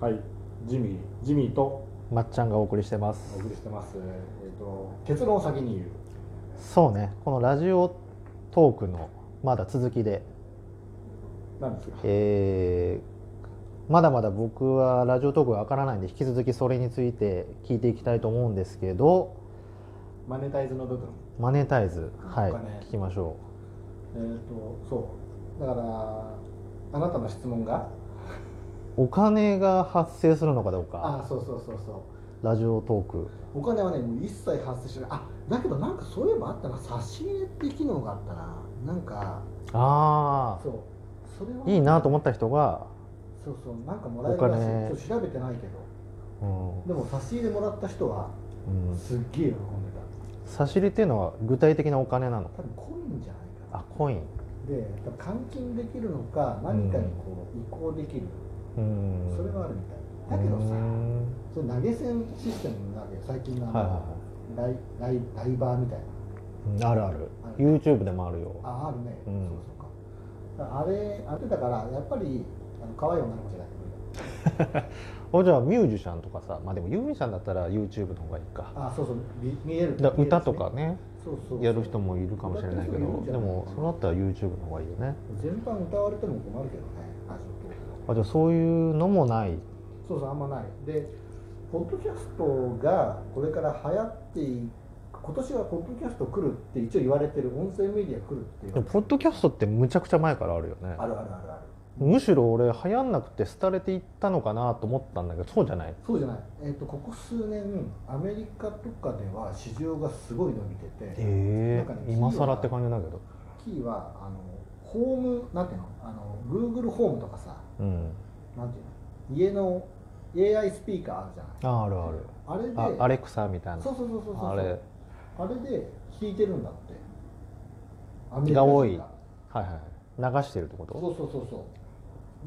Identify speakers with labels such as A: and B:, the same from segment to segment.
A: はい、ジミー、ジミーと
B: まっちゃんがお送りしてま
A: お
B: す
A: 送りしてます。えっ、と結論を先に言う。
B: そうねこのラジオトークのまだ続きで、
A: なんですか。
B: えーまだまだ僕はラジオトークがわからないんで引き続きそれについて聞いていきたいと思うんですけど
A: マネタイズの部分。
B: マネタイズはい、
A: なんかね
B: 聞きましょ
A: えっ、とそう。だからあなたの質問が、
B: うお金が発生するのかどう
A: あ
B: か
A: そうそうそうそう。
B: ラジオトーク
A: お金はねもう一切発生しない。あだけどなんかそういえばあったな差し入れって機能があったな。なんか
B: あ
A: そうそれは
B: あいいなと思った人が、
A: そうそうなんかもらえるらしい
B: お金
A: ちょっと調べてないけど
B: うん
A: でも差し入れもらった人は
B: うん、
A: すっげえ喜んで
B: 差し入れっていうのは具体的なお金なの
A: た多分コインじゃないかな
B: あコイン
A: で多分換金できるのか何かにこう移行できる、
B: うん
A: それはあるみたいだけどさ
B: うん
A: それ投げ銭システムなわけよ最近のあ
B: はいは
A: の
B: いはい
A: ライライライバーみたいな
B: うんあるある
A: ある
B: YouTube でもあるよ
A: ああるね、
B: うん
A: そうそうかだからあれあれだからやっぱりあの可愛い女の子じゃない
B: おじゃあミュージシャンとかさまあでもミュージシャンだったら YouTube の方がいいか
A: あそうそう見見える
B: だから歌と
A: 見え
B: か
A: るしね
B: ね
A: そうそうそう
B: やる人もいるかもしれないけ
A: 歌って
B: ど
A: る人いるんじゃ
B: で
A: ない
B: もそれだったら YouTube の方がいいよね
A: 全般歌われても困るけどねあちょっと
B: あじゃあそういうのもない
A: そうそうあんまないでポッドキャストがこれから流行っていく今年はポッドキャスト来るって一応言われてる音声メディア来るっていう
B: でもポッドキャストってむちゃくちゃ前からあるよね
A: あるあるあるある
B: むしろ俺流行んなくて廃れていったのかなと思ったんだけどそうじゃない
A: そうじゃない、えー、とここ数年アメリカとかでは市場がすごい伸びてて
B: え
A: なんか
B: え
A: ね
B: 今更って感じだけど
A: キーはあのホームなんていうのあの Google ホームとかさ
B: うん
A: なんていうの家の AI スピーカーあるじゃない
B: ああるある
A: あれで
B: あアレクサみたいな
A: そうそうそうそうそう
B: あれはい
A: あれで弾いてるんだってア
B: が多い
A: メリカ人が
B: はい流してるってこ
A: そう
B: と
A: そうそうそう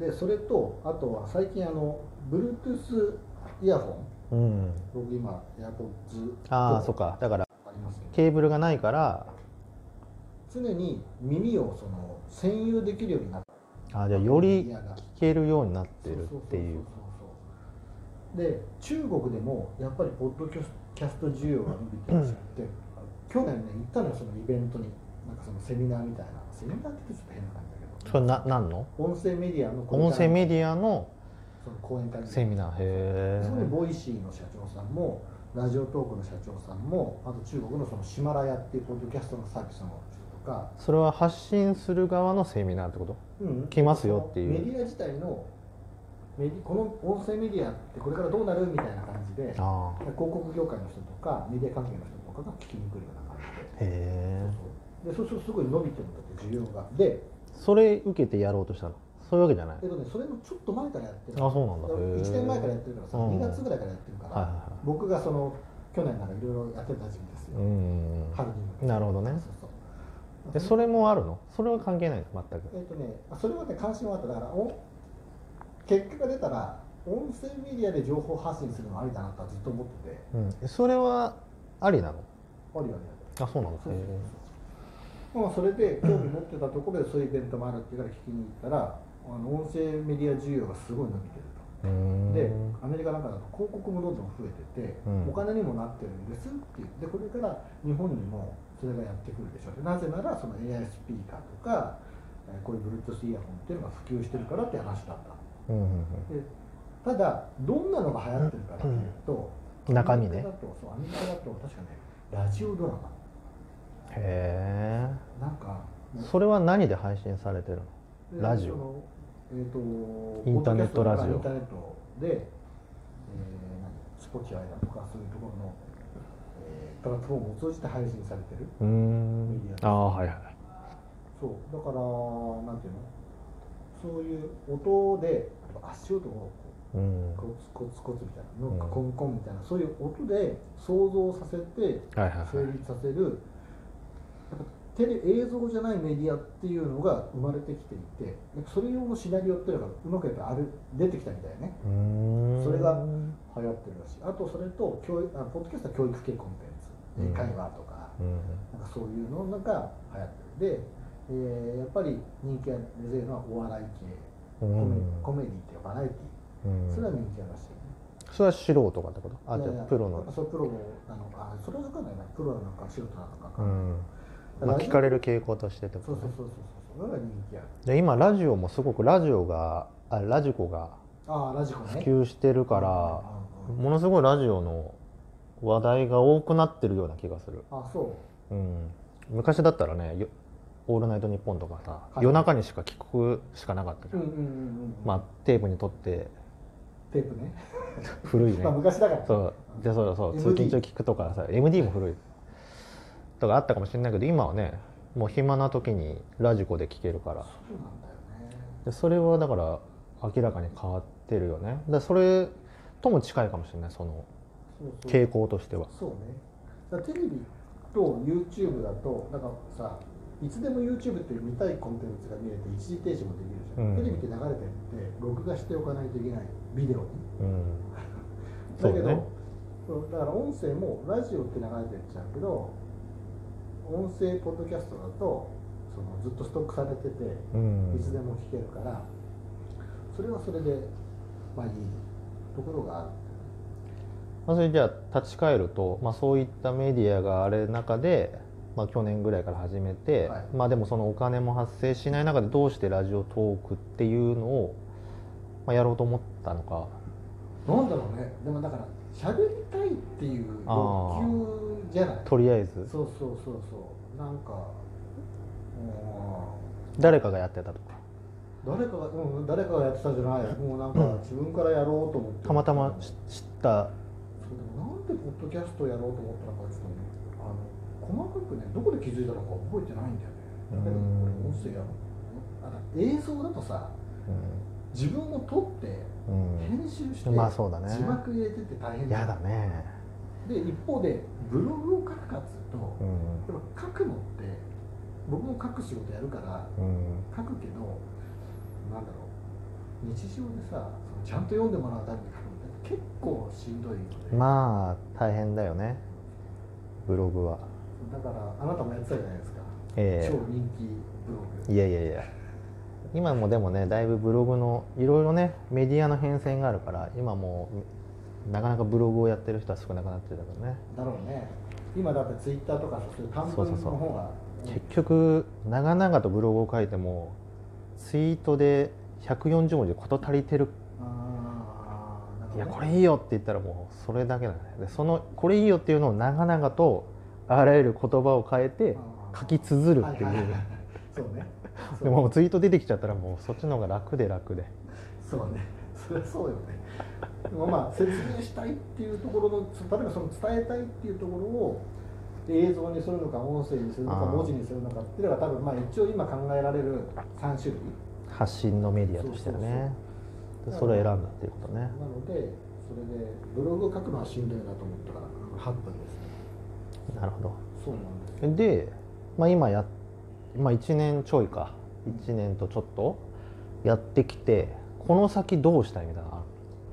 A: でそれとあとは最近あの Bluetooth イヤホン
B: うん
A: 僕今 AirPods
B: ああ
A: と
B: そっかだから
A: ありますけど
B: ケーブルがないから
A: 常に耳をその占有できるようになって
B: あじゃあより
A: 耳が
B: 聞けるようになって
A: そう
B: る
A: そう
B: っ
A: そ
B: て
A: う
B: い
A: そうそうで中国でもやっぱりポッドキャスキャスト需要が伸びてるらしくて、去年ね行ったのよそのイベントになんかそのセミナーみたいなセミナーってちょっと変な感じだけど
B: それな何の
A: 音声メディアのこれから
B: 音声メディアの
A: その講演会みたい
B: セ
A: な
B: ミナーへ
A: そこに
B: え
A: ボイシーの社長さんもラジオトークの社長さんもあと中国のそのシマラヤっていうポッドキャストのサービスの人とか、
B: それは発信する側のセミナーってこと
A: うん
B: 来ますよっていう
A: メディア自体のメディこの音声メディアってこれからどうなるみたいな感じで広
B: ああ
A: 告業界の人とかメディア関係の人とかが聞きに来るような感じで。
B: へえ
A: でそうするとすごい伸びてるんだって需要がで、
B: それ受けてやろうとしたのそういうわけじゃない
A: えっとね、それのちょっと前からやってる
B: あそうなんだへえ
A: 1年前からやってるからさ、
B: うん
A: 2月ぐらいからやってるから、
B: はいはいは
A: 僕がその去年なんかいろいろやってた時期です
B: い
A: よ、
B: うん
A: 春に向けて
B: なるほどね
A: そうそう
B: えそれもあるのそれは関係ないの全
A: え
B: く
A: っ、とねあそれはね関心はあっただからお結果が出たら音声メディアで情報発信するのありだなとはずっと思ってて
B: うんえ、それはありなの
A: あるよね
B: あそうなんだ
A: そ
B: へ
A: うそう
B: え
A: そうまあそれで興味持ってたところでそういうイベントもあるっていうから聞きに行ったらあの音声メディア需要がすごい伸びてると。
B: うーん
A: でアメリカなんかだと広告もどんどん増えてて、
B: うん
A: お金にもなってるんですっていうでこれから日本にもそれがやってくるでしょうでなぜならその AI スピーカーとかえーこういう Bluetooth イヤホンっていうのが普及してるからって話だった
B: うんうんうん
A: でただどんなのが流行ってるかっていうと、
B: うん中身
A: アメ
B: ね
A: リカだとそうアメリカだと確かねラジオドラ
B: へえ
A: マなんかね
B: それは何で配信されてるの
A: で
B: ラジオ
A: そのえー、と
B: インターネットラジオ
A: ポッドキャストとかインターネットで、えー、スポチュアイだとかそういうところの、えープラットフォームを通じて配信されてる
B: うーんああはいはい
A: そうだからなんていうのそういう音で足音を
B: うん
A: コツコツコツみたいななんか
B: うん
A: コンコンみたいな、そういう音で想像させて
B: はいはい
A: 成
B: はい
A: 立させるやっぱテレ映像じゃないメディアっていうのが生まれてきていてやっぱそれ用のシナリオっていうのがうまくやっぱある出てきたみたいね
B: うーん
A: それが流行ってるらしいあとそれと教育あポッドキャストは教育系コンテンツ、
B: うん
A: 英会話とか
B: うん
A: なんかそういうのなんか流行ってるで、えーやっぱり人気が出てるのはお笑い系、コメ
B: うん
A: コメディっていうかバラエティ
B: うん
A: それは人気あるらしいね
B: それは素人がってことあじゃ
A: いやい
B: あ
A: や
B: プロの
A: そうプロなのかそれは分かんないなプロなのか素人なのか分
B: う
A: かんない
B: ん、まあ、聞かれる傾向としてってこ
A: そう
B: と
A: そう
B: ね
A: そうそうそうそれが人気ある
B: で今ラジオもすごくラジオがあラジコが
A: ああラジコね
B: 普及してるから、
A: うんうんうん
B: ものすごいラジオの話題が多くなってるような気がする、
A: あそう
B: うん、昔だったらねよ「オールナイトニッポン」とかさ、
A: はい
B: 夜中にしか聞くしかなかったじ
A: う
B: ゃ
A: ん
B: ん、
A: うんうんうんうん
B: まあテープにとって
A: テープね
B: 古いね
A: まあ昔だから
B: そうじゃあそうだそう
A: MD
B: 通勤中聞くとかさ MD も古いとかあったかもしれないけど今はねもう暇な時にラジコで聞けるか
A: そう
B: ら
A: なんだよね
B: でそれはだから明らかに変わってるよねだからそれとも近いかもしれないその
A: そうそう
B: 傾向としては
A: そうねだからテレビと YouTube だとなんかさいつでも YouTube っていう見たいコンテンツが見れて一時停止もできるじゃん、
B: うん
A: テレビって流れてって録画しておかないといけないビデオに
B: うんそ
A: だ
B: う
A: け
B: ね
A: どそうだから音声もラジオって流れてるじゃんけど音声ポッドキャストだとそのずっとストックされてて
B: うん
A: いつでも聞けるからそれはそれでまあいいところがある
B: まあ、それじゃあ立ち返ると、まあ、そういったメディアがあれ中で、まあ、去年ぐらいから始めて、
A: はい
B: まあでもそのお金も発生しない中でどうしてラジオトークっていうのを、まあ、やろうと思ったのか
A: なんだろうねでもだから喋りたいっていう
B: あー
A: 欲求じゃない
B: とりあえず
A: そうそうそうそうなんかうん
B: 誰かがやってたとか
A: 誰かが、うん、誰かがやってたじゃないもうなんか自分からやろうと思って
B: たまたまし
A: そう
B: 知った
A: でもなんでポッドキャストやろうと思ったのかちょっとねあの細かくねどこで気づいたのか覚えてないんだよねだけどこれ音声やろうあだから映像だとさ自分を撮って
B: うん、うん
A: 編集して、
B: まあそうだね
A: 字幕入れてって大変じゃん
B: やだね、
A: で一方でブログを書くかっつうと、
B: うん
A: でも書くのって僕も書く仕事やるから
B: うん、
A: 書くけどなんだろう日常でさそのちゃんと読んでもらうために書くのって結構しんどいので、
B: まあ大変だよねブログは
A: だからあなたもやってたじゃないですか、
B: ええ
A: 超人気ブログ
B: いやいやいや今もでもねだいぶブログのいろいろねメディアの変遷があるから今もうなかなかブログをやってる人は少なくなってるからね
A: だろうね今だってツイッターとかそういう短文の
B: そうそうそう
A: 方が
B: 結局長々とブログを書いてもツイートで140文字で事足りてる
A: あーなるほどね
B: いやこれいいよって言ったらもうそれだけだねでそのこれいいよっていうのを長々とあらゆる言葉を変えて
A: あー
B: 書き綴るってい
A: ははは
B: う
A: はそう ねそう
B: でももうツイート出てきちゃったらもうそっちの方が楽で楽で
A: そうね、 そりゃそうよね。でもまあ説明したいっていうところの、つ例えばその伝えたいっていうところを映像にするのか音声にするのか
B: あー
A: 文字にするのかっていうのが多分まあ一応今考えられる3種類
B: 発信のメディアとしてはね
A: そうそうそう
B: でそれを選んだっていうことね
A: なのでそれでブログを書くのはしんどいなと思ったから8分ですね
B: なるほど
A: そうなんですよ
B: で、まあ、今や、まあ、1年ちょいか1年とちょっとやってきてこの先どうしたいみたいなのあ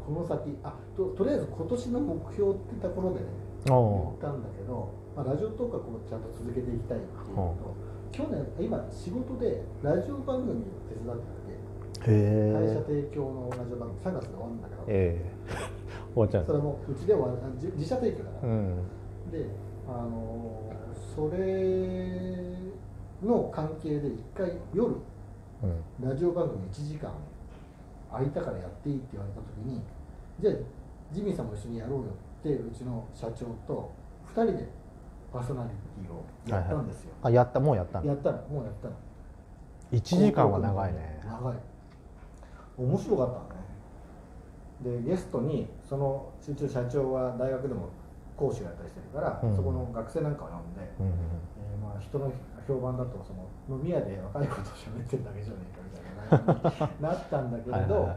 A: この先あととりあえず今年の目標って言ったころでね
B: る
A: 言
B: お
A: ったんだけど、まあ、ラジオトークはこうちゃんと続けていきたいっていうのと、去年今仕事でラジオ番組を手伝って
B: ー
A: て会社
B: へ
A: 提供のラジオ番組3月で終わるんだけど、
B: ええ終わっちゃ
A: そうれもうちで終わるあじ自社提供だか
B: う
A: ら、
B: ん
A: であのーそれの関係で1回夜
B: うん
A: ラジオ番組1時間空いたからやっていいって言われた時にじゃあジミーさんも一緒にやろうよってうちの社長と2人でパーソナリティをやったんですよ、
B: あやったもうやったんだ
A: やったのもうやったの
B: 1時間は長いね
A: 長い面白かったねでゲストにその集中社長は大学でも講師をやったりしてるから、
B: うん
A: そこの学生なんかを呼んで、
B: うん
A: えーまあ人の評判だとその飲み屋で若いことを喋ってるだけじゃねえかみたいな感じになったんだけれど
B: はいはいはい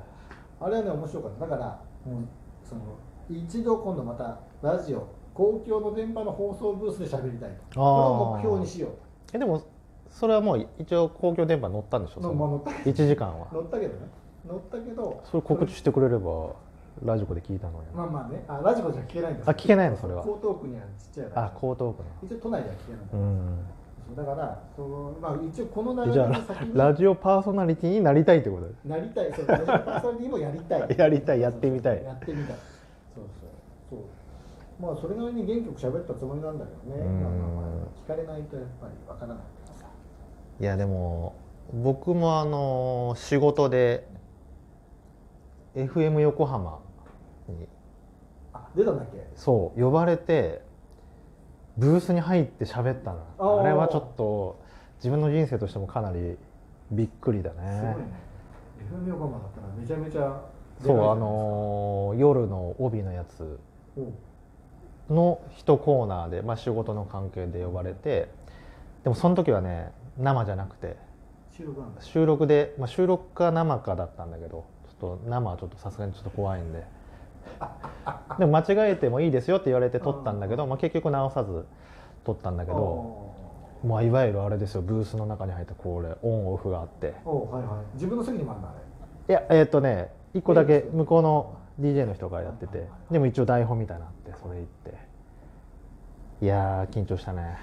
A: あれはね面白かっただからもうその一度今度またラジオ公共の電波の放送ブースで喋りたいとこれを目標にしよう
B: えでもそれはもう一応公共電波に載ったんでしょ
A: と、
B: そ
A: まあ、
B: の
A: 乗った
B: 1時間は
A: 乗ったけどね乗ったけど
B: それ告知してくれればラジコで聞いたのに、
A: まあまあねあラジコじゃ聞けないんです
B: あ聞けないのそれは
A: 江東区にはちっちゃいラジ
B: あ江東区
A: オ一応都内では聞けないんだけど
B: のうん
A: そうだからその、まあ、一応この流
B: じ
A: れ
B: ゃ
A: の
B: あ
A: 先に
B: ララ
A: な
B: ジオパーソナリティになりたいってことで
A: りたいそうラジオパーソナリティもやりたい
B: やりたいやってみたい
A: やってみたいそうそうそうまあそれなりに元気よく喋ったつもりなんだけどね、
B: うん
A: まあまあまあ聞かれないとやっぱりわからないからさ
B: いやでも僕もあの仕事で FM 横浜に
A: あ出たんだっけ
B: そう呼ばれてブースに入って喋ったの
A: あー
B: あれはちょっと自分の人生としてもかなりびっくりだ
A: すごい
B: ね
A: ね。FM 横浜だったらめちゃめちゃ
B: そうあのー夜の帯のやつ
A: おう
B: の一コーナーで、まあ、仕事の関係で呼ばれてでもその時はね生じゃなくて
A: 収録なんだ
B: 収録で、まあ、収録か生かだったんだけどちょっと生はちょっとさすがにちょっと怖いんででも間違えてもいいですよって言われて撮ったんだけど、まあ、結局直さず撮ったんだけど、まあ、いわゆるあれですよブースの中に入ったこれオンオフがあって
A: おおうはいはい自分の席にもあるんだあれ
B: いやえーっ、とね一個だけ向こうの DJ の人がやっててでも一応台本みたいなのあってそれ行っていやー緊張したね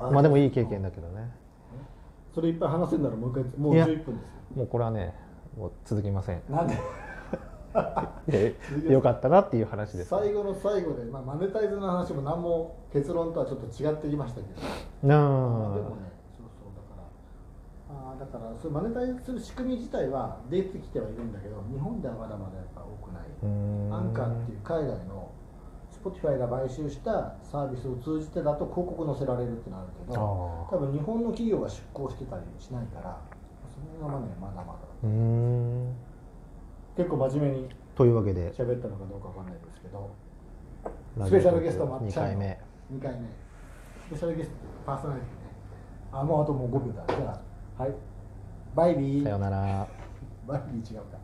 B: まあでもいい経験だけどね
A: それいっぱい話せんならもう一回もう
B: いや
A: 11分ですよ
B: もうこれはねもう続きません
A: なんで
B: で よかったなっていう話です
A: 最後の最後で、まあ、マネタイズの話も何も結論とはちょっと違ってきましたけど
B: な
A: まあで
B: あ
A: もねそうそうだからあーだからそういうマネタイズする仕組み自体は出てきてはいるんだけど日本ではまだまだやっぱ多くない、
B: うーん
A: アンカーっていう海外の Spotify が買収したサービスを通じてだと広告載せられるってなるけど
B: ああ
A: 多分日本の企業が出向してたりしないからその辺がまだねまだまだ
B: うーん
A: 結構真面目に
B: というわけで
A: 喋ったのかどうかわかんないですけどスペシャルゲストまっ
B: 2
A: ちゃん
B: 回目
A: 2回目スペシャルゲストパーソナリティねあもうあともう5秒だじゃあはいバイビー
B: さようなら
A: バイビー違うか